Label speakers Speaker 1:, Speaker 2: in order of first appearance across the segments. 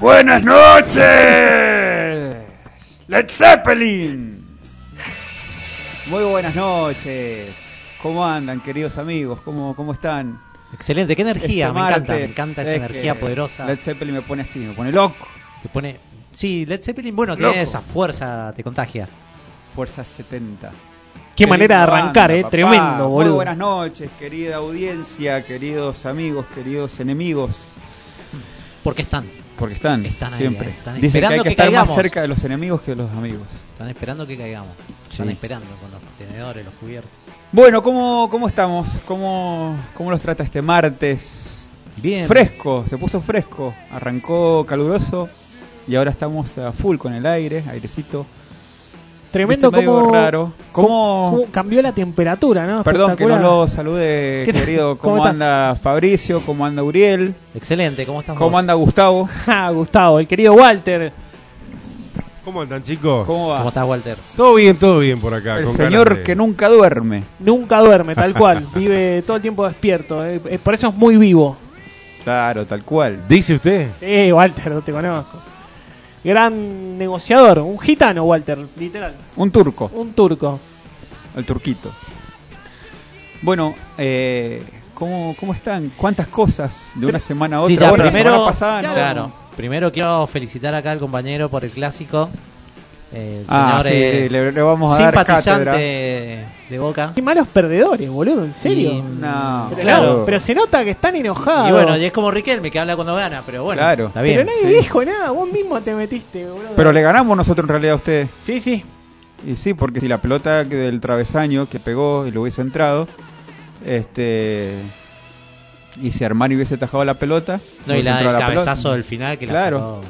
Speaker 1: Buenas noches. Led Zeppelin.
Speaker 2: Muy buenas noches. ¿Cómo andan, queridos amigos? ¿Cómo, cómo están?
Speaker 3: Excelente, qué energía,
Speaker 2: Este
Speaker 3: me encanta, me
Speaker 2: martes,
Speaker 3: encanta esa
Speaker 2: es
Speaker 3: energía
Speaker 2: que
Speaker 3: poderosa.
Speaker 2: Led Zeppelin me pone así, me pone loco.
Speaker 3: Te pone. Sí, Led Zeppelin, bueno, tiene
Speaker 1: Loco.
Speaker 3: esa fuerza, te contagia.
Speaker 2: Fuerza 70.
Speaker 4: Qué manera de
Speaker 2: linda
Speaker 4: arrancar,
Speaker 2: banda,
Speaker 4: eh.
Speaker 2: papá.
Speaker 4: Tremendo,
Speaker 2: Muy
Speaker 4: boludo.
Speaker 2: buenas noches, querida audiencia, queridos amigos, queridos enemigos.
Speaker 3: Porque están,
Speaker 2: Porque están,
Speaker 3: Están ahí,
Speaker 2: siempre.
Speaker 3: eh, están
Speaker 2: Dicen que hay
Speaker 3: esperando
Speaker 2: que,
Speaker 3: que
Speaker 2: estar más
Speaker 3: caigamos.
Speaker 2: cerca de los enemigos que de los amigos.
Speaker 3: están esperando que caigamos. Están
Speaker 2: Sí.
Speaker 3: esperando con los tenedores, los cubiertos.
Speaker 2: Bueno, ¿cómo, cómo estamos? ¿Cómo, ¿Cómo los trata este martes?
Speaker 3: Bien.
Speaker 2: Fresco, se puso fresco. Arrancó caluroso y ahora estamos a full con el aire, airecito.
Speaker 4: Tremendo
Speaker 2: Viste, medio
Speaker 4: cómo,
Speaker 2: raro.
Speaker 4: cómo-
Speaker 2: ¿Cómo-
Speaker 4: cómo cambió la temperatura, ¿no?
Speaker 2: Perdón que no
Speaker 4: Espectacular.
Speaker 2: lo salude,
Speaker 4: ¿Qué tal?
Speaker 2: querido. ¿Cómo,
Speaker 4: ¿Cómo está?
Speaker 2: anda Fabricio? ¿Cómo anda Uriel?
Speaker 3: Excelente, ¿cómo están
Speaker 2: ¿Cómo
Speaker 3: vos?
Speaker 2: anda Gustavo?
Speaker 4: Ah, Gustavo, el querido Walter.
Speaker 5: ¿Cómo andan, chicos?
Speaker 2: ¿Cómo va?
Speaker 3: ¿Cómo estás, Walter?
Speaker 5: Todo bien, todo bien por acá.
Speaker 2: El
Speaker 5: con
Speaker 2: señor
Speaker 5: ganas de-
Speaker 2: que nunca duerme.
Speaker 4: Nunca duerme, tal cual. Vive todo el tiempo despierto. eh, eh, Por eso es muy vivo.
Speaker 2: Claro, tal cual.
Speaker 5: ¿Dice usted?
Speaker 4: Eh, Walter, no te conozco. Gran negociador, un gitano, Walter, literal.
Speaker 2: Un turco,
Speaker 4: Un turco.
Speaker 2: el turquito. Bueno, eh, ¿cómo, ¿cómo están? ¿Cuántas cosas de una semana a otra?
Speaker 3: Sí, ya
Speaker 2: Bueno, la
Speaker 3: primero.
Speaker 2: semana pasada, ¿no?
Speaker 3: Claro, primero quiero felicitar acá al compañero por el clásico. El
Speaker 2: Ah,
Speaker 3: señor
Speaker 2: sí,
Speaker 3: eh,
Speaker 2: sí, le, le vamos a dar cátedra.
Speaker 3: simpatizante de Boca.
Speaker 4: Qué malos perdedores, boludo, en
Speaker 3: Y-
Speaker 4: serio.
Speaker 2: No,
Speaker 4: Pero,
Speaker 3: Claro.
Speaker 4: pero se nota que están enojados.
Speaker 3: Y bueno, y es como Riquelme que habla cuando gana, pero bueno,
Speaker 2: Claro.
Speaker 3: está
Speaker 4: pero
Speaker 3: bien.
Speaker 4: nadie
Speaker 2: sí.
Speaker 4: dijo nada, vos mismo te metiste, boludo.
Speaker 2: Pero le ganamos nosotros en realidad a usted.
Speaker 4: Sí, sí.
Speaker 2: Y sí, porque si la pelota que- del travesaño que pegó y lo hubiese entrado, este. Y si Armani hubiese tajado la pelota, hubiese
Speaker 3: No, y la, el
Speaker 2: entrado la pelota.
Speaker 3: cabezazo del final que
Speaker 2: Claro.
Speaker 3: la sacó.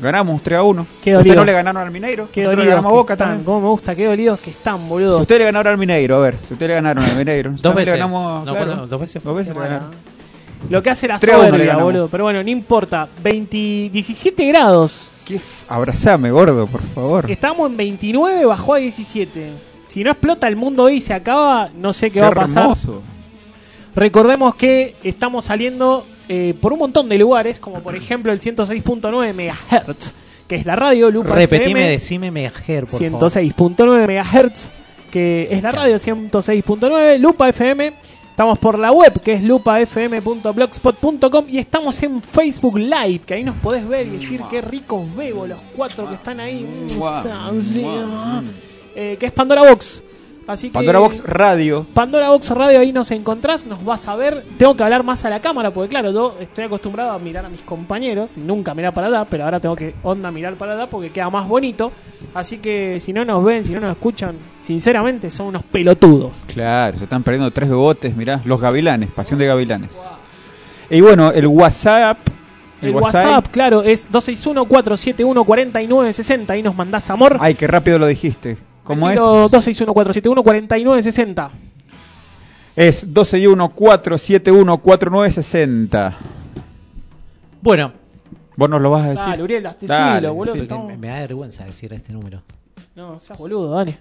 Speaker 2: Ganamos 3 a 1.
Speaker 4: Qué
Speaker 2: Usted
Speaker 4: dolido.
Speaker 2: no le ganaron al Mineiro.
Speaker 4: Qué
Speaker 2: nosotros
Speaker 4: dolidos.
Speaker 2: le ganamos a
Speaker 4: que
Speaker 2: Boca
Speaker 4: están,
Speaker 2: también.
Speaker 4: Cómo me gusta, qué dolidos que están, boludo.
Speaker 2: Si usted le ganaron al Mineiro, a ver, si usted le ganaron al Mineiro.
Speaker 3: Dos
Speaker 2: Le
Speaker 3: veces.
Speaker 2: ganamos,
Speaker 3: No,
Speaker 2: claro,
Speaker 3: cuatro- dos veces fue.
Speaker 2: Dos veces
Speaker 4: Qué
Speaker 2: le
Speaker 4: mala.
Speaker 2: ganaron.
Speaker 4: Lo que hace la
Speaker 2: 3 a uno le
Speaker 4: soberbia,
Speaker 2: ganamos.
Speaker 4: boludo. Pero bueno, no importa. 20, 17 grados.
Speaker 2: Qué f- Abrazame, gordo, por favor.
Speaker 4: Estamos en 29, bajó a 17. Si no explota el mundo hoy y se acaba, no sé qué, va a pasar.
Speaker 2: hermoso.
Speaker 4: Recordemos que estamos saliendo eh, por un montón de lugares, como por ejemplo el 106.9 MHz, que es la radio Lupa
Speaker 3: Repetime,
Speaker 4: FM,
Speaker 3: decime Megajer, por favor.
Speaker 4: 106.9 MHz, que es la radio 106.9 Lupa FM. Estamos por la web, que es lupafm.blogspot.com y estamos en Facebook Live, que ahí nos podés ver y decir qué ricos bebo los cuatro que están ahí.
Speaker 2: Mua, mua.
Speaker 4: Eh, que es Pandora Box. Así que
Speaker 2: Pandora Box Radio.
Speaker 4: Pandora Box Radio, ahí nos encontrás, nos vas a ver. Tengo que hablar más a la cámara, porque claro, yo estoy acostumbrado a mirar a mis compañeros, y nunca mirar para allá, pero ahora tengo que onda mirar para allá porque queda más bonito. Así que si no nos ven, si no nos escuchan, sinceramente son unos pelotudos.
Speaker 2: Claro, se están perdiendo tres bebotes, mirá. Los gavilanes, pasión de gavilanes. Y bueno, el WhatsApp.
Speaker 4: El, WhatsApp, claro, es 261-471-4960, ahí nos mandás amor.
Speaker 2: Ay, qué rápido lo dijiste. ¿Cómo es?
Speaker 4: Decilo, 261-471-4960.
Speaker 2: Es 121-471-4960.
Speaker 3: Bueno,
Speaker 2: Vos nos lo vas a decir.
Speaker 4: Dale, Uriela, decilo,
Speaker 2: Dale,
Speaker 4: boludo.
Speaker 2: decilo.
Speaker 4: que estamos-
Speaker 3: me, me da vergüenza decir este número.
Speaker 4: No, seas boludo, dale.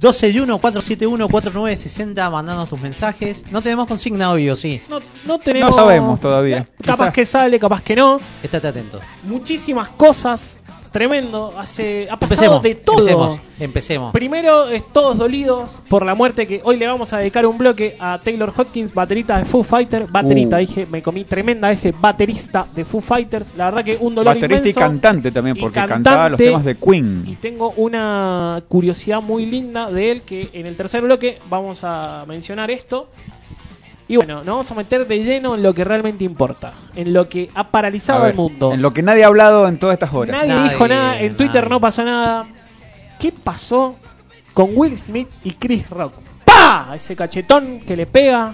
Speaker 3: 261-471-4960, mandando tus mensajes. No tenemos consigna hoy, ¿o sí?
Speaker 4: No, no tenemos.
Speaker 2: No sabemos todavía.
Speaker 4: Eh, Capaz
Speaker 2: Quizás.
Speaker 4: que sale, capaz que no.
Speaker 3: Estate atento.
Speaker 4: Muchísimas cosas. Tremendo. Hace, ha pasado
Speaker 3: Empecemos.
Speaker 4: de todo.
Speaker 3: Empecemos. Empecemos.
Speaker 4: Primero, es todos dolidos por la muerte que hoy le vamos a dedicar un bloque a Taylor Hopkins, baterista de Foo Fighters. Baterista,
Speaker 2: Uh.
Speaker 4: dije, me comí tremenda ese baterista de Foo Fighters. La verdad que un dolor
Speaker 2: Baterista y
Speaker 4: inmenso.
Speaker 2: cantante también,
Speaker 4: Y
Speaker 2: porque cantaba los
Speaker 4: cantante.
Speaker 2: temas de
Speaker 4: Y
Speaker 2: Queen.
Speaker 4: tengo una curiosidad muy linda de él que en el tercer bloque vamos a mencionar esto. Y bueno, nos vamos a meter de lleno en lo que realmente importa, en lo que ha
Speaker 2: A
Speaker 4: paralizado
Speaker 2: ver,
Speaker 4: el mundo.
Speaker 2: En lo que nadie ha hablado en todas estas horas.
Speaker 4: Nadie,
Speaker 3: Nadie,
Speaker 4: dijo nada, en Twitter
Speaker 3: nadie.
Speaker 4: no pasó nada. ¿Qué pasó con Will Smith y Chris Rock? ¡Pah! Ese cachetón que le pega.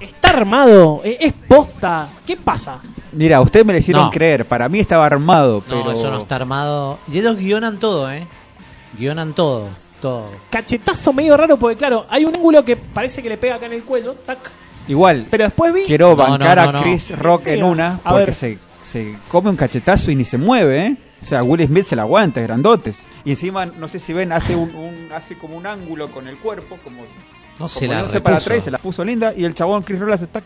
Speaker 4: Está armado, eh, es posta. ¿Qué pasa?
Speaker 2: Mira, ustedes me lo hicieron
Speaker 3: No.
Speaker 2: creer. Para mí estaba armado, pero.
Speaker 3: No, eso no está armado. Y ellos guionan todo, ¿eh? Guionan todo. Todo.
Speaker 4: Cachetazo medio raro porque, claro, hay un ángulo que parece que le pega acá en el cuello, tac.
Speaker 2: Igual,
Speaker 4: Pero después vi.
Speaker 2: quiero
Speaker 3: No,
Speaker 2: bancar
Speaker 3: no, no,
Speaker 2: a
Speaker 3: no.
Speaker 2: Chris Rock en
Speaker 4: Mira,
Speaker 2: una,
Speaker 4: a
Speaker 2: porque
Speaker 4: ver.
Speaker 2: se, se come un cachetazo y ni se mueve, ¿eh? O sea, Will Smith se la aguanta, es grandotes. Y encima, no sé si ven, hace un, un- hace como un ángulo con el cuerpo, como
Speaker 3: No se la
Speaker 2: poniéndose para
Speaker 3: repuso.
Speaker 2: atrás y se la puso linda. Y el chabón Chris Rock la hace tac.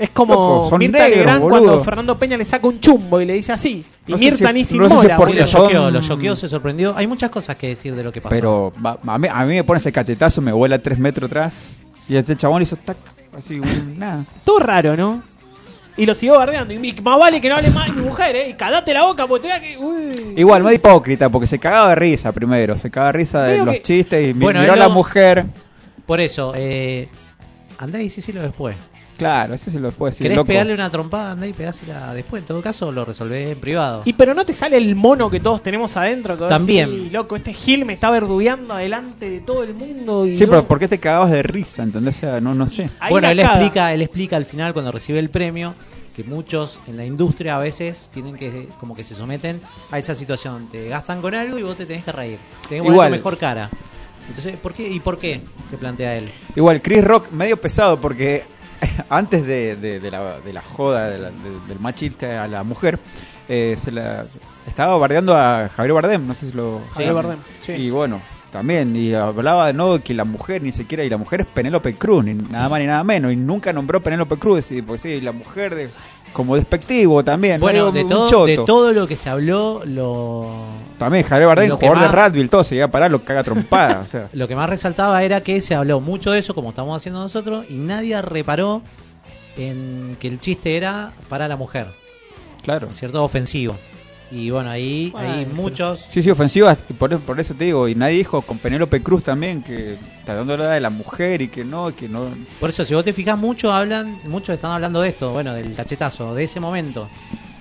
Speaker 4: Es como
Speaker 2: Loco, son
Speaker 4: Mirta
Speaker 2: negros,
Speaker 4: Legrand
Speaker 2: boludo.
Speaker 4: cuando Fernando Peña le saca un chumbo y le dice así. Y
Speaker 2: No sé
Speaker 4: Mirta
Speaker 2: si-
Speaker 4: ni sin
Speaker 2: no sé si
Speaker 4: mora,
Speaker 2: es por
Speaker 3: Sí,
Speaker 4: boludo.
Speaker 3: lo
Speaker 2: Porque
Speaker 3: choqueó,
Speaker 2: son-
Speaker 3: lo choqueó, se sorprendió. Hay muchas cosas que decir de lo que pasó.
Speaker 2: Pero va- a mí, a mí me pone ese cachetazo, me vuela tres metros atrás. Y este chabón hizo tac, así, un- nada.
Speaker 4: Todo raro, ¿no? Y lo siguió bardeando. Y Mick, más vale que no hable más mi mujer, ¿eh? Y cagate la boca, porque te voy a que. Uy.
Speaker 2: Igual, más hipócrita, porque se cagaba de risa primero. Se cagaba de risa de
Speaker 4: Creo
Speaker 2: los
Speaker 4: que-
Speaker 2: chistes y mi-
Speaker 3: Bueno,
Speaker 2: miró a
Speaker 3: él
Speaker 2: la
Speaker 3: no-
Speaker 2: mujer.
Speaker 3: Por eso, eh, andá y decíselo después.
Speaker 2: Claro, eso se lo puedo decir,
Speaker 3: ¿Querés
Speaker 2: loco.
Speaker 3: pegarle una trompada? Andá y pegásela después. En todo caso, lo resolvés en privado.
Speaker 4: Y pero no te sale el mono que todos tenemos adentro. Que vos
Speaker 3: También.
Speaker 4: decís, "Y, loco, este Gil me está verdugueando adelante de todo el mundo. Y
Speaker 2: Sí,
Speaker 4: no".
Speaker 2: pero ¿por qué te cagabas de risa? ¿Entendés? O sea, no, no sé.
Speaker 4: Ahí
Speaker 3: bueno,
Speaker 4: la
Speaker 3: él
Speaker 4: caga.
Speaker 3: explica, él explica al final cuando recibe el premio que muchos en la industria a veces tienen que como que se someten a esa situación, te gastan con algo y vos te tenés que reír, tenés que poner
Speaker 2: Igual.
Speaker 3: tu mejor cara. Entonces, ¿por qué y por qué? se plantea él.
Speaker 2: Igual, Chris Rock, medio pesado, porque antes de, de- de la, de la joda de la- de- del machista a la mujer, eh, se la, estaba bardeando a Javier Bardem, no sé si lo...
Speaker 4: Javier Bardem,
Speaker 3: sí.
Speaker 2: Y bueno, también, y hablaba de no que la mujer ni siquiera, y la mujer es Penélope Cruz, ni nada más ni nada menos, y nunca nombró Penélope Cruz, y pues sí, la mujer de, como despectivo también.
Speaker 3: Bueno,
Speaker 2: ¿no?
Speaker 3: de
Speaker 2: Un
Speaker 3: todo,
Speaker 2: choto.
Speaker 3: de todo lo que se habló, lo
Speaker 2: También Javier Bardem,
Speaker 3: Lo que
Speaker 2: jugador de
Speaker 3: más-
Speaker 2: Radville, todo se iba a parar, lo caga trompada, o sea.
Speaker 3: Lo que más resaltaba era que se habló mucho de eso, como estamos haciendo nosotros, y nadie reparó en que el chiste era para la mujer,
Speaker 2: Claro.
Speaker 3: ¿no es ¿cierto? Ofensivo. Y bueno, ahí
Speaker 4: Bueno,
Speaker 3: hay
Speaker 4: pero-
Speaker 3: muchos.
Speaker 2: Sí, sí, ofensivas, y por, por eso te digo, y nadie dijo con Penélope Cruz también, que tratando de la mujer y que no, que no...
Speaker 3: Por eso, si vos te fijas, muchos hablan, muchos están hablando de esto, bueno, del cachetazo, de ese momento.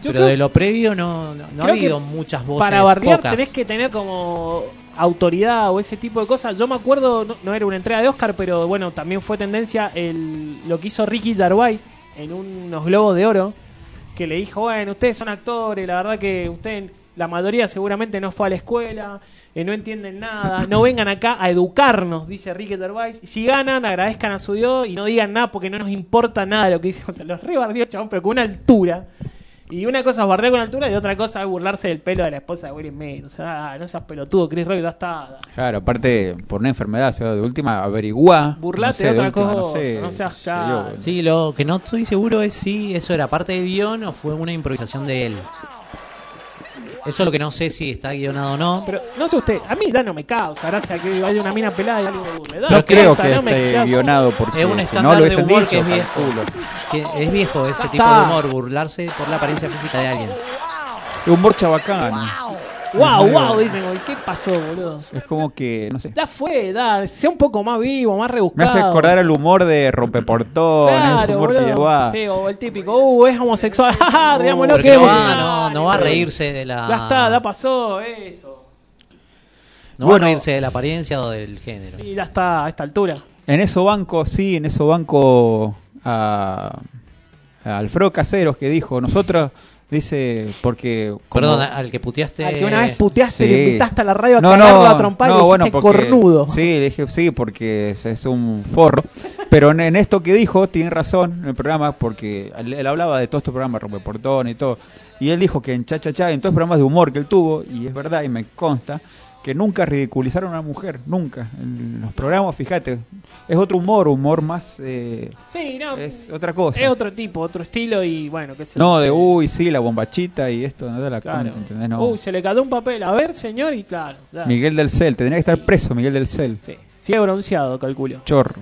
Speaker 4: Yo
Speaker 3: Pero
Speaker 4: creo-
Speaker 3: de lo previo no, no, no ha
Speaker 4: creo que
Speaker 3: habido muchas voces.
Speaker 4: Para bardear
Speaker 3: pocas.
Speaker 4: tenés que tener como autoridad o ese tipo de cosas. Yo me acuerdo, no, no era una entrega de Oscar, pero bueno, también fue tendencia el, lo que hizo Ricky Gervais en unos Globos de Oro, que le dijo, bueno, ustedes son actores, la verdad que ustedes, la mayoría seguramente no fue a la escuela, eh, no entienden nada, no vengan acá a educarnos, dice Ricky Gervais. Y si ganan, agradezcan a su Dios y no digan nada porque no nos importa nada lo que dicen. O sea, los rebardió, chabón, pero con una altura. Y una cosa es bardear con altura y otra cosa es burlarse del pelo de la esposa de Will Smith. O sea, ah, no seas pelotudo, Chris Rock, ya está.
Speaker 2: Claro, aparte, por una enfermedad, o sea, de última, averiguá.
Speaker 4: Burlate de otra cosa, no seas
Speaker 2: qué sé
Speaker 4: cara.
Speaker 2: yo.
Speaker 3: Sí, lo que no estoy seguro es si eso era parte del guión o fue una improvisación de él. Eso es lo que no sé si está guionado o no.
Speaker 4: Pero no sé usted, a mí ya no me causa gracias que vaya una mina pelada y algo me burle. Da
Speaker 2: No
Speaker 3: Pero que
Speaker 2: creo
Speaker 4: causa,
Speaker 2: que
Speaker 4: no me
Speaker 2: esté
Speaker 4: causa.
Speaker 2: guionado, porque
Speaker 3: Es un
Speaker 2: si no
Speaker 3: estándar
Speaker 2: lo
Speaker 3: de
Speaker 2: hubiesen
Speaker 3: humor
Speaker 2: dicho,
Speaker 3: que es
Speaker 2: para el
Speaker 3: viejo.
Speaker 2: culo.
Speaker 3: Que es viejo ese tipo de
Speaker 4: está.
Speaker 3: humor, burlarse por la apariencia física de alguien.
Speaker 2: Humor chabacano.
Speaker 4: Wow, wow, dicen, "Oye, ¿qué pasó, boludo?
Speaker 2: Es como que, no sé.
Speaker 4: Ya fue, da, sea un poco más vivo, más
Speaker 2: Me
Speaker 4: rebuscado.
Speaker 2: hace acordar al humor de Rompeportón, ese
Speaker 4: Claro,
Speaker 2: humor que
Speaker 4: boludo.
Speaker 2: llevaba.
Speaker 4: Sí, o el típico, uh, es homosexual, Ah, jaja, digámoslo
Speaker 3: Porque
Speaker 4: que
Speaker 3: no,
Speaker 4: es
Speaker 3: va,
Speaker 4: homosexual".
Speaker 3: no, no va a reírse de la.
Speaker 4: Ya está, ya pasó, eso.
Speaker 3: No va a
Speaker 2: Bueno.
Speaker 3: reírse de la apariencia o del género.
Speaker 4: Y ya está a esta altura.
Speaker 2: En eso banco, sí, en eso banco a, a Alfredo Caseros que dijo, nosotros, dice, porque... como-
Speaker 3: Perdón, al que puteaste.
Speaker 4: Al que una vez puteaste,
Speaker 2: Este, Sí.
Speaker 4: le invitaste a la radio a
Speaker 2: No,
Speaker 4: cagarlo
Speaker 2: no,
Speaker 4: a trompar
Speaker 2: no,
Speaker 4: y le dijiste
Speaker 2: bueno, porque-
Speaker 4: cornudo.
Speaker 2: Sí, le dije, sí, porque es, es un forro. Pero en, en esto que dijo, tiene razón en el programa, porque él, él hablaba de todos estos programas, Portón y todo. Y él dijo que en Cha Cha Cha, en todos los programas de humor que él tuvo, y es verdad, y me consta, que nunca ridiculizaron a una mujer, nunca. En los programas, fíjate, es otro humor, humor más... eh,
Speaker 4: Sí, no.
Speaker 2: es otra cosa.
Speaker 4: Es otro tipo, otro estilo y bueno, qué sé yo.
Speaker 2: No, de uy, sí, la bombachita y esto, no da la
Speaker 4: Claro.
Speaker 2: cuenta, ¿entendés? No.
Speaker 4: Uy, se le cayó un papel. A ver, señor, y claro. ya.
Speaker 2: Miguel del Cel, tendría que estar preso Miguel del Cel.
Speaker 4: Sí, sí es bronceado, calculo.
Speaker 2: Chorro.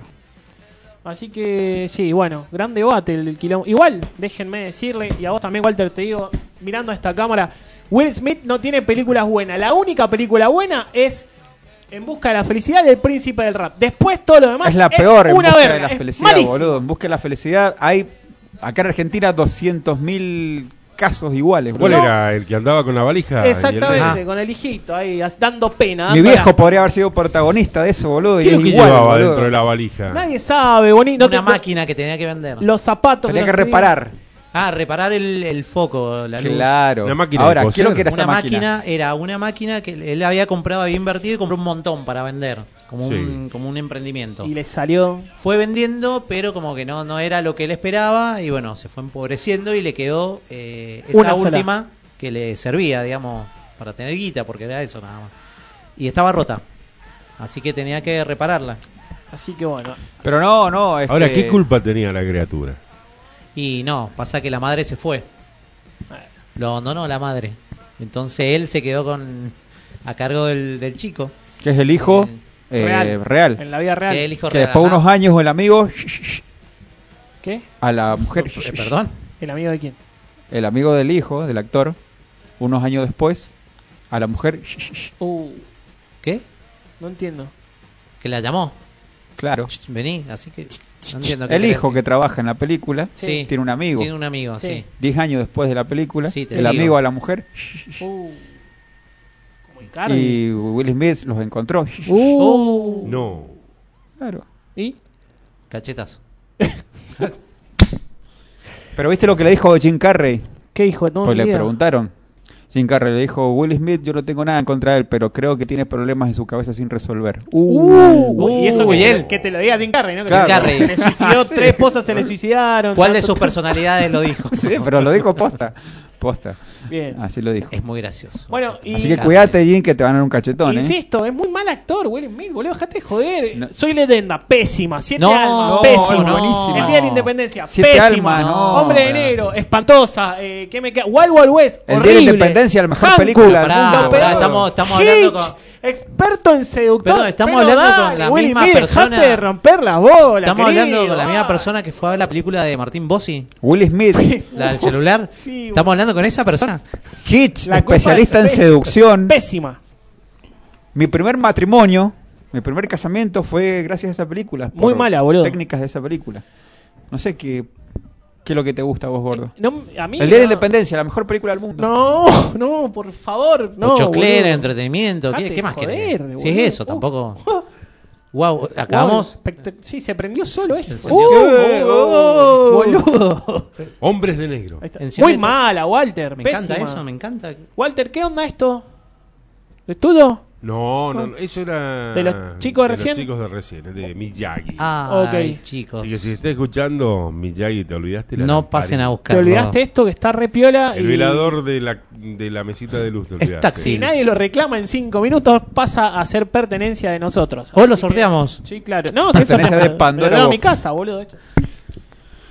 Speaker 4: Así que, sí, bueno, gran debate el del quilombo. Igual, déjenme decirle, y a vos también, Walter, te digo, mirando a esta cámara, Will Smith no tiene películas buenas. La única película buena es En busca de la felicidad del príncipe del rap. Después todo lo demás
Speaker 2: Es la peor en
Speaker 4: una
Speaker 2: busca de
Speaker 4: verga,
Speaker 2: la
Speaker 4: es
Speaker 2: felicidad,
Speaker 4: malísimo.
Speaker 2: boludo. En busca de la felicidad hay acá en Argentina 200.000 casos iguales.
Speaker 5: ¿Cuál
Speaker 2: boludo.
Speaker 5: era? ¿El que andaba con la
Speaker 2: Ah,
Speaker 5: valija? Ah, y el-
Speaker 4: Exactamente, con el hijito ahí, as- dando pena.
Speaker 2: Mi
Speaker 4: dando
Speaker 2: viejo
Speaker 4: la-
Speaker 2: podría haber sido protagonista de eso, boludo.
Speaker 5: ¿Qué
Speaker 2: Y
Speaker 5: es
Speaker 2: es
Speaker 5: lo que
Speaker 2: igual,
Speaker 5: llevaba
Speaker 2: boludo.
Speaker 5: dentro de la valija?
Speaker 4: Nadie sabe, bonito.
Speaker 3: una máquina que tenía que vender.
Speaker 4: Los zapatos.
Speaker 2: Tenía
Speaker 4: los
Speaker 2: que
Speaker 4: pibes-
Speaker 2: reparar.
Speaker 3: Ah, reparar el, el foco, la luz.
Speaker 2: Claro.
Speaker 5: Una máquina de
Speaker 2: Ahora,
Speaker 5: coser.
Speaker 2: quiero que era esa
Speaker 3: Una
Speaker 2: máquina.
Speaker 3: máquina era una máquina que él había comprado, había invertido y compró un montón para vender, como,
Speaker 5: Sí.
Speaker 3: un, como un emprendimiento.
Speaker 4: Y le salió.
Speaker 3: Fue vendiendo, pero como que no, no era lo que él esperaba y bueno, se fue empobreciendo y le quedó eh, esa
Speaker 4: Una sola.
Speaker 3: última que le servía, digamos, para tener guita, porque era eso nada más. Y estaba rota, así que tenía que repararla.
Speaker 4: Así que bueno.
Speaker 2: Pero no, no. es
Speaker 5: Ahora,
Speaker 2: que-
Speaker 5: ¿qué culpa tenía la criatura?
Speaker 3: Y no, pasa que la madre se fue. Lo abandonó la madre. Entonces él se quedó con a cargo del, del chico.
Speaker 2: Que es el hijo eh,
Speaker 4: Real.
Speaker 2: real.
Speaker 4: En la vida real.
Speaker 3: Que, el hijo
Speaker 2: Que
Speaker 3: real, Ah,
Speaker 2: después de
Speaker 3: ajá.
Speaker 2: unos años el amigo
Speaker 4: ¿Qué?
Speaker 2: a la mujer.
Speaker 3: Eh, Perdón.
Speaker 4: ¿El amigo de quién?
Speaker 2: El amigo del hijo, del actor, unos años después, a la mujer.
Speaker 4: Uh,
Speaker 3: ¿Qué?
Speaker 4: no entiendo.
Speaker 3: Que la llamó.
Speaker 2: Claro.
Speaker 3: Vení, así que no entiendo qué
Speaker 2: El
Speaker 3: querés
Speaker 2: hijo que
Speaker 3: decir.
Speaker 2: trabaja en la película
Speaker 3: Sí.
Speaker 2: tiene un amigo.
Speaker 3: tiene un amigo, sí.
Speaker 4: Sí.
Speaker 2: Diez años después de la película,
Speaker 3: Sí, te
Speaker 2: el
Speaker 3: sigo.
Speaker 2: amigo a la mujer
Speaker 4: Uh. Como Icardi.
Speaker 2: y Will Smith los encontró.
Speaker 4: Uh.
Speaker 5: No.
Speaker 2: Claro.
Speaker 4: ¿Y?
Speaker 3: Cachetazo.
Speaker 2: Pero viste lo que le dijo Jim Carrey,
Speaker 4: ¿Qué hijo? No,
Speaker 2: pues
Speaker 4: ni
Speaker 2: le
Speaker 4: idea.
Speaker 2: preguntaron. Jim Carrey le dijo, Will Smith, yo no tengo nada en contra de él, pero creo que tiene problemas en su cabeza sin resolver.
Speaker 4: Uh,
Speaker 3: Uh,
Speaker 4: y eso
Speaker 3: uy,
Speaker 4: que,
Speaker 3: él.
Speaker 4: que te lo diga Jim Carrey, ¿no? Que
Speaker 2: Claro.
Speaker 4: se-
Speaker 3: Carrey.
Speaker 4: Se le suicidó, tres esposas se le suicidaron.
Speaker 3: ¿Cuál de
Speaker 4: tanto-
Speaker 3: sus personalidades lo dijo?
Speaker 2: Sí, pero lo dijo posta. Posta.
Speaker 4: Bien.
Speaker 2: Así lo dijo.
Speaker 3: Es muy gracioso.
Speaker 4: Bueno, y-
Speaker 2: Así que cuídate, Jim, que te van a dar un cachetón, ¿eh?
Speaker 4: Insisto, es muy mal actor, Will Smith, boludo. Dejate de joder.
Speaker 2: No.
Speaker 4: Soy leyenda, pésima. Siete
Speaker 3: No,
Speaker 4: almas,
Speaker 2: no,
Speaker 4: pésima.
Speaker 2: no. buenísima.
Speaker 4: El día de la independencia,
Speaker 2: Siete
Speaker 4: pésima.
Speaker 2: almas, no.
Speaker 4: Hombre de
Speaker 2: Pará.
Speaker 4: negro, espantosa. Eh, ¿Qué me queda? Wild Wild West,
Speaker 2: El
Speaker 4: horrible.
Speaker 2: Día de la Independencia, la mejor
Speaker 4: Hancock,
Speaker 2: película del
Speaker 3: Pará,
Speaker 2: mundo.
Speaker 3: pará,
Speaker 2: boludo.
Speaker 3: estamos- hablando con-
Speaker 4: Experto en seductor.
Speaker 3: Perdón, estamos
Speaker 4: pero
Speaker 3: hablando con
Speaker 4: dale,
Speaker 3: la
Speaker 4: Will
Speaker 3: misma
Speaker 4: Smith,
Speaker 3: persona.
Speaker 4: dejate de romper la bola.
Speaker 3: Estamos
Speaker 4: querido,
Speaker 3: hablando con la misma
Speaker 4: ah.
Speaker 3: persona que fue a ver la película de Martín Bossi,
Speaker 2: Will Smith,
Speaker 3: la del celular.
Speaker 4: Sí,
Speaker 3: Estamos hablando con esa persona.
Speaker 2: Hitch,
Speaker 4: La culpa
Speaker 2: especialista
Speaker 4: es-
Speaker 2: en
Speaker 4: es-
Speaker 2: seducción.
Speaker 4: Pésima.
Speaker 2: Mi primer matrimonio, mi primer casamiento fue gracias a esa película. por
Speaker 4: Muy mala, boludo.
Speaker 2: Técnicas de esa película. No sé qué, qué es lo que te gusta a vos, gordo.
Speaker 4: No, a mí
Speaker 2: El Día de
Speaker 4: no.
Speaker 2: la Independencia, la mejor película del mundo.
Speaker 4: Eh, No, no, por favor. No,
Speaker 3: Pochoclera,
Speaker 4: boludo.
Speaker 3: entretenimiento. ¿Qué,
Speaker 4: Dejate
Speaker 3: qué más
Speaker 4: de
Speaker 3: querés?
Speaker 4: joder,
Speaker 3: Si
Speaker 4: boludo.
Speaker 3: es eso,
Speaker 4: Uh.
Speaker 3: tampoco. Wow, acabamos.
Speaker 4: Wow, espectac- sí, se prendió solo eso.
Speaker 3: encendió. Uh,
Speaker 2: ¡Eh!
Speaker 4: ¡Oh!
Speaker 3: boludo.
Speaker 5: Hombres de negro.
Speaker 4: Ahí está.
Speaker 3: Enciende
Speaker 4: Muy
Speaker 3: todo.
Speaker 4: mala, Walter.
Speaker 3: Me
Speaker 4: pésima.
Speaker 3: encanta eso, me encanta.
Speaker 4: Walter, ¿qué onda esto? ¿De todo?
Speaker 5: No, no, no, eso era.
Speaker 4: ¿De los chicos de recién?
Speaker 5: los chicos de recién, de Miyagi.
Speaker 3: Ah,
Speaker 4: Ok.
Speaker 3: chicos.
Speaker 5: Así que si estás escuchando Miyagi, te olvidaste la
Speaker 3: No pasen a
Speaker 5: lamparita.
Speaker 3: buscar.
Speaker 4: ¿Te olvidaste esto que está re piola?
Speaker 5: El
Speaker 4: y
Speaker 5: velador de la, de la mesita de luz, te
Speaker 3: Es
Speaker 5: olvidaste.
Speaker 3: taxi.
Speaker 4: Si nadie lo reclama en cinco minutos, pasa a ser pertenencia de nosotros.
Speaker 3: O lo sorteamos.
Speaker 4: Sí, claro. No, que eso
Speaker 2: Pertenencia
Speaker 4: no-
Speaker 2: de
Speaker 4: me lo
Speaker 2: Pandora
Speaker 4: llevo a
Speaker 2: Box.
Speaker 4: mi casa, boludo. esto.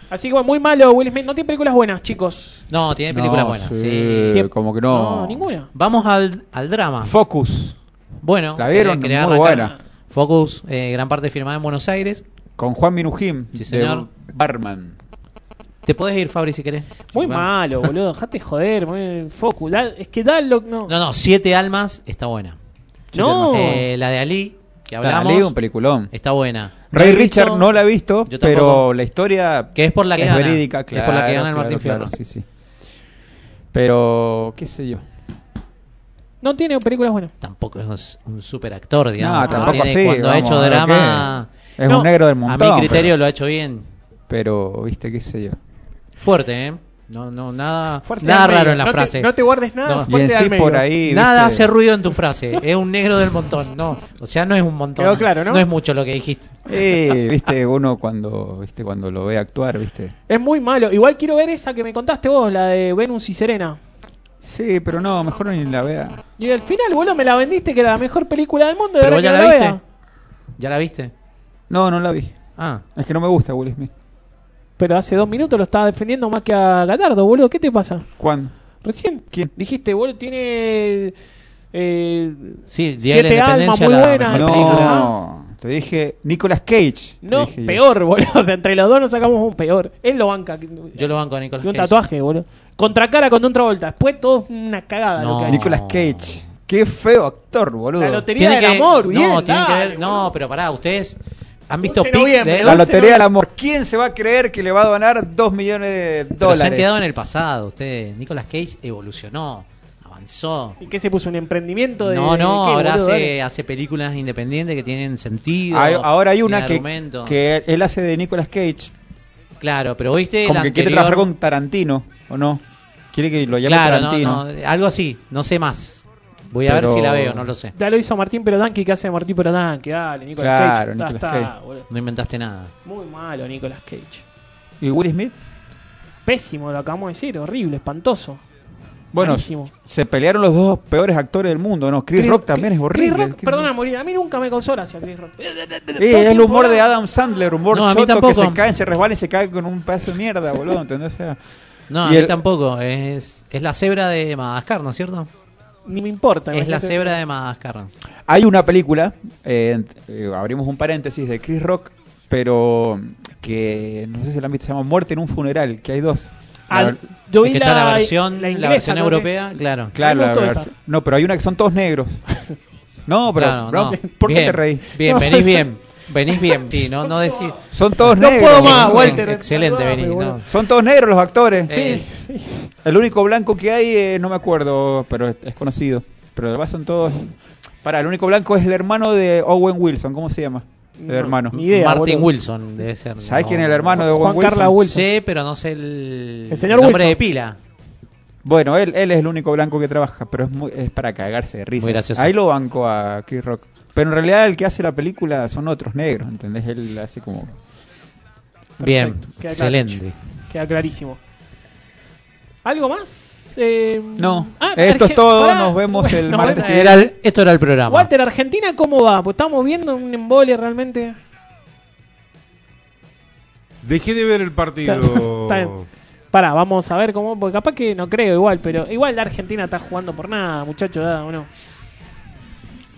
Speaker 4: Así que bueno, muy malo Will Smith. No tiene películas buenas, chicos.
Speaker 3: No, tiene películas
Speaker 2: No,
Speaker 3: buenas.
Speaker 2: sí,
Speaker 3: Eh, sí.
Speaker 2: Como que no.
Speaker 4: ninguna.
Speaker 3: Vamos al, al drama.
Speaker 2: Focus,
Speaker 3: Bueno,
Speaker 2: La vieron,
Speaker 3: quería
Speaker 2: muy
Speaker 3: arrancar.
Speaker 2: buena.
Speaker 3: Focus, eh, gran parte firmada en Buenos Aires.
Speaker 2: con Juan Minujim,
Speaker 3: Sí, señor.
Speaker 2: de Barman.
Speaker 3: Te podés ir, Fabri, si querés.
Speaker 4: Muy
Speaker 3: Sí, va.
Speaker 4: malo, boludo. Dejate joder. Muy... Focus. Da- Es que Dalloc no.
Speaker 3: No, no, Siete Almas está buena.
Speaker 4: No.
Speaker 3: Eh, la de Ali, que
Speaker 2: La
Speaker 3: hablamos,
Speaker 2: leí, un peliculón.
Speaker 3: está buena.
Speaker 2: Ray
Speaker 3: ¿La he visto?
Speaker 2: Richard no la he visto,
Speaker 3: Yo
Speaker 2: pero
Speaker 3: tampoco.
Speaker 2: la historia
Speaker 3: Que es por la que
Speaker 2: es
Speaker 3: gana.
Speaker 2: verídica,
Speaker 3: Es
Speaker 2: claro.
Speaker 3: por la que gana el
Speaker 2: claro,
Speaker 3: Martín
Speaker 2: claro,
Speaker 3: Fierro.
Speaker 2: sí, sí. Pero, qué sé yo.
Speaker 4: No tiene películas buenas.
Speaker 3: Tampoco es un super actor, digamos.
Speaker 2: No,
Speaker 3: pero
Speaker 2: tampoco
Speaker 3: tiene-
Speaker 2: así.
Speaker 3: Cuando ha
Speaker 2: vamos,
Speaker 3: hecho
Speaker 2: a ver
Speaker 3: drama,
Speaker 2: qué. Es
Speaker 4: No,
Speaker 2: un negro del
Speaker 3: a
Speaker 2: montón.
Speaker 3: mi criterio lo ha hecho bien.
Speaker 2: Pero, pero, viste, qué sé yo.
Speaker 3: Fuerte, ¿eh? No, no, nada,
Speaker 4: Fuerte
Speaker 3: nada
Speaker 4: al medio.
Speaker 3: raro en la
Speaker 4: No te-
Speaker 3: frase.
Speaker 4: no te guardes nada.
Speaker 3: No.
Speaker 2: Y
Speaker 4: Fuerte
Speaker 2: en
Speaker 4: al
Speaker 2: sí
Speaker 4: medio.
Speaker 2: por ahí.
Speaker 3: Nada
Speaker 2: viste,
Speaker 3: hace ruido en tu frase. Es un negro del montón. No, o sea, no es un montón.
Speaker 4: Quedó claro, ¿no?
Speaker 3: No es mucho lo que dijiste.
Speaker 2: Eh, viste, uno cuando, viste, cuando lo ve actuar, viste.
Speaker 4: Es muy malo. Igual quiero ver esa que me contaste vos, la de Venus y Serena.
Speaker 2: Sí, pero no, mejor ni la vea.
Speaker 4: Y al final, boludo, me la vendiste que era la mejor película del mundo. y
Speaker 3: Pero
Speaker 4: ahora
Speaker 3: vos ya
Speaker 4: que no
Speaker 3: la viste.
Speaker 4: vea.
Speaker 3: ¿Ya la viste?
Speaker 2: No, no la vi.
Speaker 3: Ah,
Speaker 2: Es que no me gusta Will Smith.
Speaker 4: Pero hace dos minutos lo estaba defendiendo más que a Gatardo, boludo. ¿Qué te pasa?
Speaker 2: ¿Cuándo?
Speaker 4: Recién
Speaker 2: ¿Quién?
Speaker 4: dijiste, boludo, tiene. Eh,
Speaker 3: sí, Día de la
Speaker 4: Siete almas,
Speaker 3: Independencia,
Speaker 4: muy
Speaker 3: Ah, la
Speaker 4: buena.
Speaker 3: mejor
Speaker 4: No.
Speaker 3: película.
Speaker 2: No, te dije Nicolas Cage. te
Speaker 4: no,
Speaker 2: dije yo.
Speaker 4: peor, boludo. O sea, entre los dos nos sacamos un peor. Él lo banca.
Speaker 3: Yo lo banco a
Speaker 4: Y
Speaker 3: Nicolás
Speaker 4: un
Speaker 3: Cage.
Speaker 4: tatuaje, boludo. Contracara con un Travolta. Después todo una cagada.
Speaker 3: No.
Speaker 4: Lo que ha hecho.
Speaker 2: Nicolas Cage. Qué feo actor, boludo.
Speaker 4: La lotería del amor,
Speaker 3: no,
Speaker 4: bien,
Speaker 3: tienen que
Speaker 4: dale,
Speaker 3: ver- no, pero pará, ustedes han visto
Speaker 4: 11 de
Speaker 3: pic
Speaker 4: noviembre,
Speaker 3: de él,
Speaker 2: La
Speaker 4: Once no-
Speaker 2: lotería del amor. ¿Quién se va a creer que le va a donar 2 millones de
Speaker 3: pero se han
Speaker 2: dólares?
Speaker 3: quedado en el pasado. Ustedes, Nicolas Cage evolucionó, avanzó.
Speaker 4: ¿Y qué se puso? ¿Un emprendimiento de.?
Speaker 3: No,
Speaker 4: de qué,
Speaker 3: no, ahora
Speaker 4: boludo?
Speaker 3: hace, hace películas independientes que tienen sentido.
Speaker 2: Hay- ahora hay
Speaker 3: tienen
Speaker 2: una que,
Speaker 3: argumento.
Speaker 2: que él hace de Nicolas Cage.
Speaker 3: Claro, pero viste.
Speaker 2: Como
Speaker 3: la
Speaker 2: que quiere
Speaker 3: anterior-
Speaker 2: trabajar con Tarantino, ¿o no? Quiere que lo llame
Speaker 3: Claro, no,
Speaker 2: Tarantino.
Speaker 3: no, algo así, no sé más. Voy a
Speaker 2: Pero-
Speaker 3: ver si la veo, no lo sé.
Speaker 4: Ya lo hizo Martín Perodanqui, ¿qué hace Martín Perodanqui? Dale, Nicolas
Speaker 2: Claro,
Speaker 4: Cage. Ya
Speaker 2: Nicolas
Speaker 4: está,
Speaker 2: Cage.
Speaker 4: boludo.
Speaker 3: No inventaste nada.
Speaker 4: Muy malo Nicolas Cage.
Speaker 2: ¿Y Will Smith?
Speaker 4: Pésimo, lo acabamos de decir, horrible, espantoso.
Speaker 2: Bueno,
Speaker 4: Malísimo.
Speaker 2: se pelearon los dos peores actores del mundo, ¿no? Chris, Rock también es horrible.
Speaker 4: Chris Rock,
Speaker 2: Chris-
Speaker 4: perdona, morir. A mí nunca me causó gracia Chris Rock.
Speaker 2: Eh, es el humor de Adam Sandler, humor
Speaker 3: No, a mí
Speaker 2: choto que
Speaker 3: tampoco.
Speaker 2: se caen, se resbalan y se caen con un pedazo de mierda, boludo, ¿entendés? O sea,
Speaker 3: No, a
Speaker 2: Y
Speaker 3: mí
Speaker 2: el-
Speaker 3: tampoco. Es, es la cebra de Madagascar, ¿no es cierto?
Speaker 4: Ni me importa.
Speaker 3: Es la
Speaker 4: imagínate.
Speaker 3: cebra de Madagascar.
Speaker 2: hay una película, eh, ent- eh, abrimos un paréntesis, de Chris Rock, pero que no sé si la han visto, se llama Muerte en un funeral, que hay dos.
Speaker 4: Ah,
Speaker 2: La-
Speaker 4: yo
Speaker 3: Es
Speaker 4: vi
Speaker 3: que está la versión,
Speaker 4: la
Speaker 3: la,
Speaker 4: inglesa,
Speaker 3: versión
Speaker 4: creo que
Speaker 3: europea, claro.
Speaker 2: Claro,
Speaker 4: Me
Speaker 2: la
Speaker 4: gustó
Speaker 2: versión-
Speaker 4: esa.
Speaker 2: No, pero hay una que son todos negros. No, pero
Speaker 3: Claro,
Speaker 2: bro,
Speaker 3: no.
Speaker 2: ¿por qué
Speaker 3: Bien,
Speaker 2: te reí?
Speaker 3: Bien,
Speaker 2: No,
Speaker 3: venís bien. Venís bien, sí, no, no decís.
Speaker 2: Son todos
Speaker 4: No
Speaker 2: negros.
Speaker 4: puedo
Speaker 2: boludo.
Speaker 4: más, Walter.
Speaker 3: Excelente,
Speaker 4: Perdóname,
Speaker 3: venís.
Speaker 4: boludo.
Speaker 3: no.
Speaker 2: Son todos negros los actores.
Speaker 3: Eh,
Speaker 4: Sí, sí.
Speaker 2: El único blanco que hay, eh, no me acuerdo, pero es, es conocido. Pero además son todos. Pará, el único blanco es el hermano de Owen Wilson. ¿Cómo se llama? El
Speaker 4: No,
Speaker 2: hermano.
Speaker 4: Ni idea,
Speaker 3: Martin
Speaker 4: boludo.
Speaker 3: Wilson debe ser.
Speaker 2: ¿Sabés
Speaker 3: no.
Speaker 2: quién es el hermano de Owen
Speaker 4: Juan
Speaker 2: Wilson?
Speaker 4: Carla Wilson.
Speaker 3: Sí, pero no sé el,
Speaker 4: El señor
Speaker 3: nombre
Speaker 4: Wilson.
Speaker 3: de pila.
Speaker 2: Bueno, él, él es el único blanco que trabaja, pero es, muy- es para cagarse de risa.
Speaker 3: Muy gracioso.
Speaker 2: Ahí lo banco a Kid Rock. Pero en realidad el que hace la película son otros negros, ¿entendés? Él hace como.
Speaker 3: Bien,
Speaker 4: Perfecto, queda claro.
Speaker 3: excelente.
Speaker 4: Queda clarísimo. ¿Algo más? Eh,
Speaker 2: No,
Speaker 4: ah,
Speaker 2: esto
Speaker 4: Arge-
Speaker 2: es todo.
Speaker 4: pará.
Speaker 2: Nos vemos el
Speaker 4: Bueno,
Speaker 2: martes que
Speaker 3: Era el- esto era el programa.
Speaker 4: Walter, ¿Argentina cómo va? Pues estamos viendo un embole realmente.
Speaker 5: Dejé de ver el partido.
Speaker 4: Está bien. Pará, vamos a ver cómo. Porque capaz que no creo igual, pero igual la Argentina está jugando por nada, muchachos, ¿o no?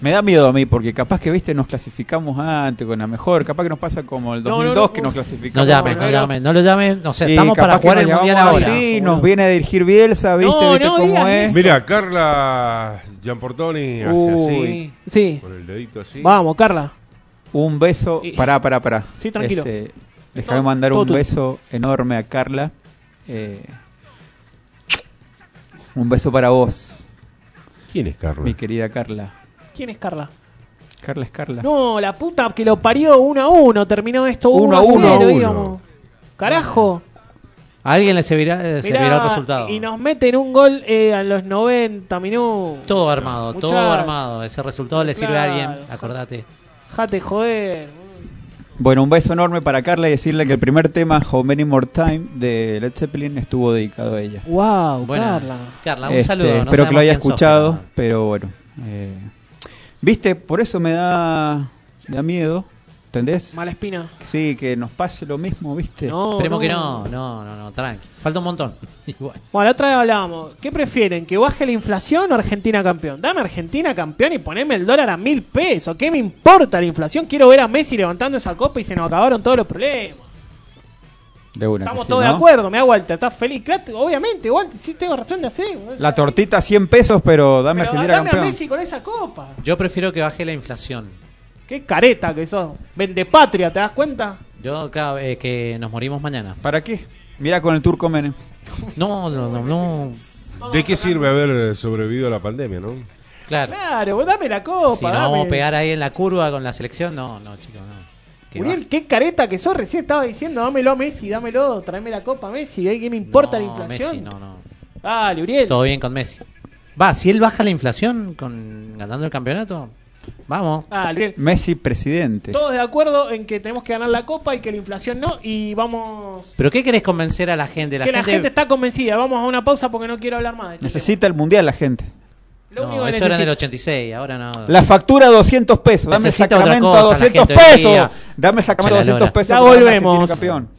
Speaker 2: Me da miedo a mí, porque capaz que, viste, nos clasificamos antes con la mejor. Capaz que nos pasa como el
Speaker 4: No, no,
Speaker 2: 2002
Speaker 4: no,
Speaker 2: que
Speaker 4: no.
Speaker 2: nos
Speaker 3: No
Speaker 2: clasificamos.
Speaker 3: llames, no
Speaker 4: no,
Speaker 3: llames, no lo llames. No sé,
Speaker 2: Y
Speaker 3: estamos
Speaker 2: capaz
Speaker 3: para
Speaker 2: que
Speaker 3: jugar el
Speaker 2: nos
Speaker 3: mundial
Speaker 2: llevamos
Speaker 3: ahora.
Speaker 2: así,
Speaker 4: boludo.
Speaker 2: nos viene a dirigir Bielsa, viste,
Speaker 4: No,
Speaker 2: ¿Viste
Speaker 4: no
Speaker 2: cómo
Speaker 4: digas
Speaker 2: es.
Speaker 4: eso.
Speaker 5: Mira, Carla Gianportoni hace
Speaker 2: Uy.
Speaker 4: Sí.
Speaker 5: así, con el dedito así.
Speaker 4: Vamos, Carla.
Speaker 2: Un beso,
Speaker 4: Y-
Speaker 2: pará, pará, pará.
Speaker 4: Sí, tranquilo.
Speaker 2: Este, déjame
Speaker 4: Entonces,
Speaker 2: mandar
Speaker 4: todo
Speaker 2: un
Speaker 4: tuyo.
Speaker 2: beso enorme a Carla. Eh, un beso para vos,
Speaker 5: ¿Quién es Carla?
Speaker 2: mi querida Carla.
Speaker 4: ¿Quién es Carla?
Speaker 2: Carla es Carla.
Speaker 4: No, la puta que lo parió 1 a 1. Terminó esto 1
Speaker 2: Uno
Speaker 4: a
Speaker 2: a uno,
Speaker 4: 0,
Speaker 5: uno.
Speaker 4: digamos. Carajo.
Speaker 3: A alguien le servirá, eh,
Speaker 4: Mirá,
Speaker 3: servirá el resultado.
Speaker 4: Y nos meten un gol eh, a los 90 minutos.
Speaker 3: Todo armado, todo
Speaker 4: Muchacho.
Speaker 3: armado. Ese resultado le sirve a
Speaker 4: Claro.
Speaker 3: alguien, acordate.
Speaker 4: Jate, joder.
Speaker 2: Bueno, un beso enorme para Carla y decirle que el primer tema, How Many More Time, de Led Zeppelin, estuvo dedicado a ella.
Speaker 4: Wow,
Speaker 3: Bueno,
Speaker 4: Carla.
Speaker 3: Carla, un
Speaker 2: Este,
Speaker 3: saludo. no
Speaker 2: espero que lo
Speaker 3: sabemos
Speaker 2: haya
Speaker 3: quién sos,
Speaker 2: escuchado,
Speaker 3: pero-
Speaker 2: pero bueno. eh, Viste, por eso me da, me da miedo, ¿entendés?
Speaker 4: Mala espina.
Speaker 2: Sí, que nos pase lo mismo, ¿viste?
Speaker 4: No,
Speaker 3: Esperemos
Speaker 4: no.
Speaker 3: que no, no, no, no, tranqui. Falta un montón. Igual.
Speaker 4: Bueno, la otra vez hablábamos. ¿Qué prefieren? ¿Que baje la inflación o Argentina campeón? Dame Argentina campeón y poneme el dólar a mil pesos. ¿Qué me importa la inflación? Quiero ver a Messi levantando esa copa y se nos acabaron todos los problemas.
Speaker 2: De una que
Speaker 4: Estamos
Speaker 2: sí,
Speaker 4: todos de
Speaker 2: ¿no?
Speaker 4: acuerdo, me da Walter. ¿Estás feliz? Claro, obviamente, Walter, sí tengo razón de hacer.
Speaker 2: La tortita 100 pesos, pero dame
Speaker 4: Pero
Speaker 2: a Argentina
Speaker 4: dame a
Speaker 2: campeón.
Speaker 4: Messi con esa copa.
Speaker 3: Yo prefiero que baje la inflación.
Speaker 4: Qué careta que sos. Vende patria, ¿te das cuenta?
Speaker 3: Yo, claro, eh, que nos morimos mañana.
Speaker 2: ¿Para qué? Mira con el turco Menem.
Speaker 3: No, no, no, no.
Speaker 5: ¿De qué sirve haber sobrevivido a la pandemia, no?
Speaker 3: Claro.
Speaker 4: Claro, vos dame la copa.
Speaker 3: Si nos
Speaker 4: dame.
Speaker 3: vamos a pegar ahí en la curva con la selección, no, no, chicos, no. Que
Speaker 4: Uriel,
Speaker 3: baje.
Speaker 4: qué careta que sos. Recién estaba diciendo, dámelo a Messi, dámelo, tráeme la copa a Messi. ¿eh? ¿Qué me importa la
Speaker 3: No,
Speaker 4: inflación?
Speaker 3: Messi, no, no.
Speaker 4: Dale, Uriel.
Speaker 3: Todo bien con Messi. Va, si él baja la inflación con ganando el campeonato, vamos.
Speaker 4: Dale, Uriel.
Speaker 2: Messi presidente.
Speaker 4: Todos de acuerdo en que tenemos que ganar la copa y que la inflación no. Y vamos.
Speaker 3: ¿Pero qué querés convencer a la gente?
Speaker 4: que la gente está convencida. Vamos a una pausa porque no quiero hablar más. de este
Speaker 2: Necesita el mundial la gente.
Speaker 4: tema. Lo
Speaker 3: No,
Speaker 4: único que
Speaker 3: eso era en el
Speaker 4: necesito-
Speaker 3: 86, ahora no.
Speaker 2: La factura 200 pesos. Dame el
Speaker 3: Necesita otra
Speaker 2: sacramento a
Speaker 3: cosa, la
Speaker 2: 200
Speaker 3: gente hoy
Speaker 2: pesos.
Speaker 3: día.
Speaker 2: Dame el sacramento a
Speaker 3: Chala,
Speaker 2: 200
Speaker 3: Lola.
Speaker 2: pesos.
Speaker 4: Ya
Speaker 2: para ganar
Speaker 4: volvemos.
Speaker 2: Argentina campeón.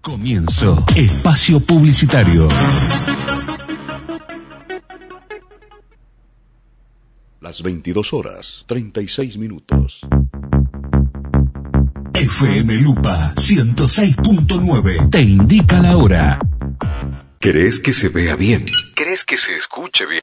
Speaker 6: Comienzo. Espacio publicitario.
Speaker 7: Las 22 horas, 36 minutos.
Speaker 6: FM Lupa 106.9. Te indica la hora.
Speaker 8: ¿Crees que se vea bien? ¿Crees que se escuche bien?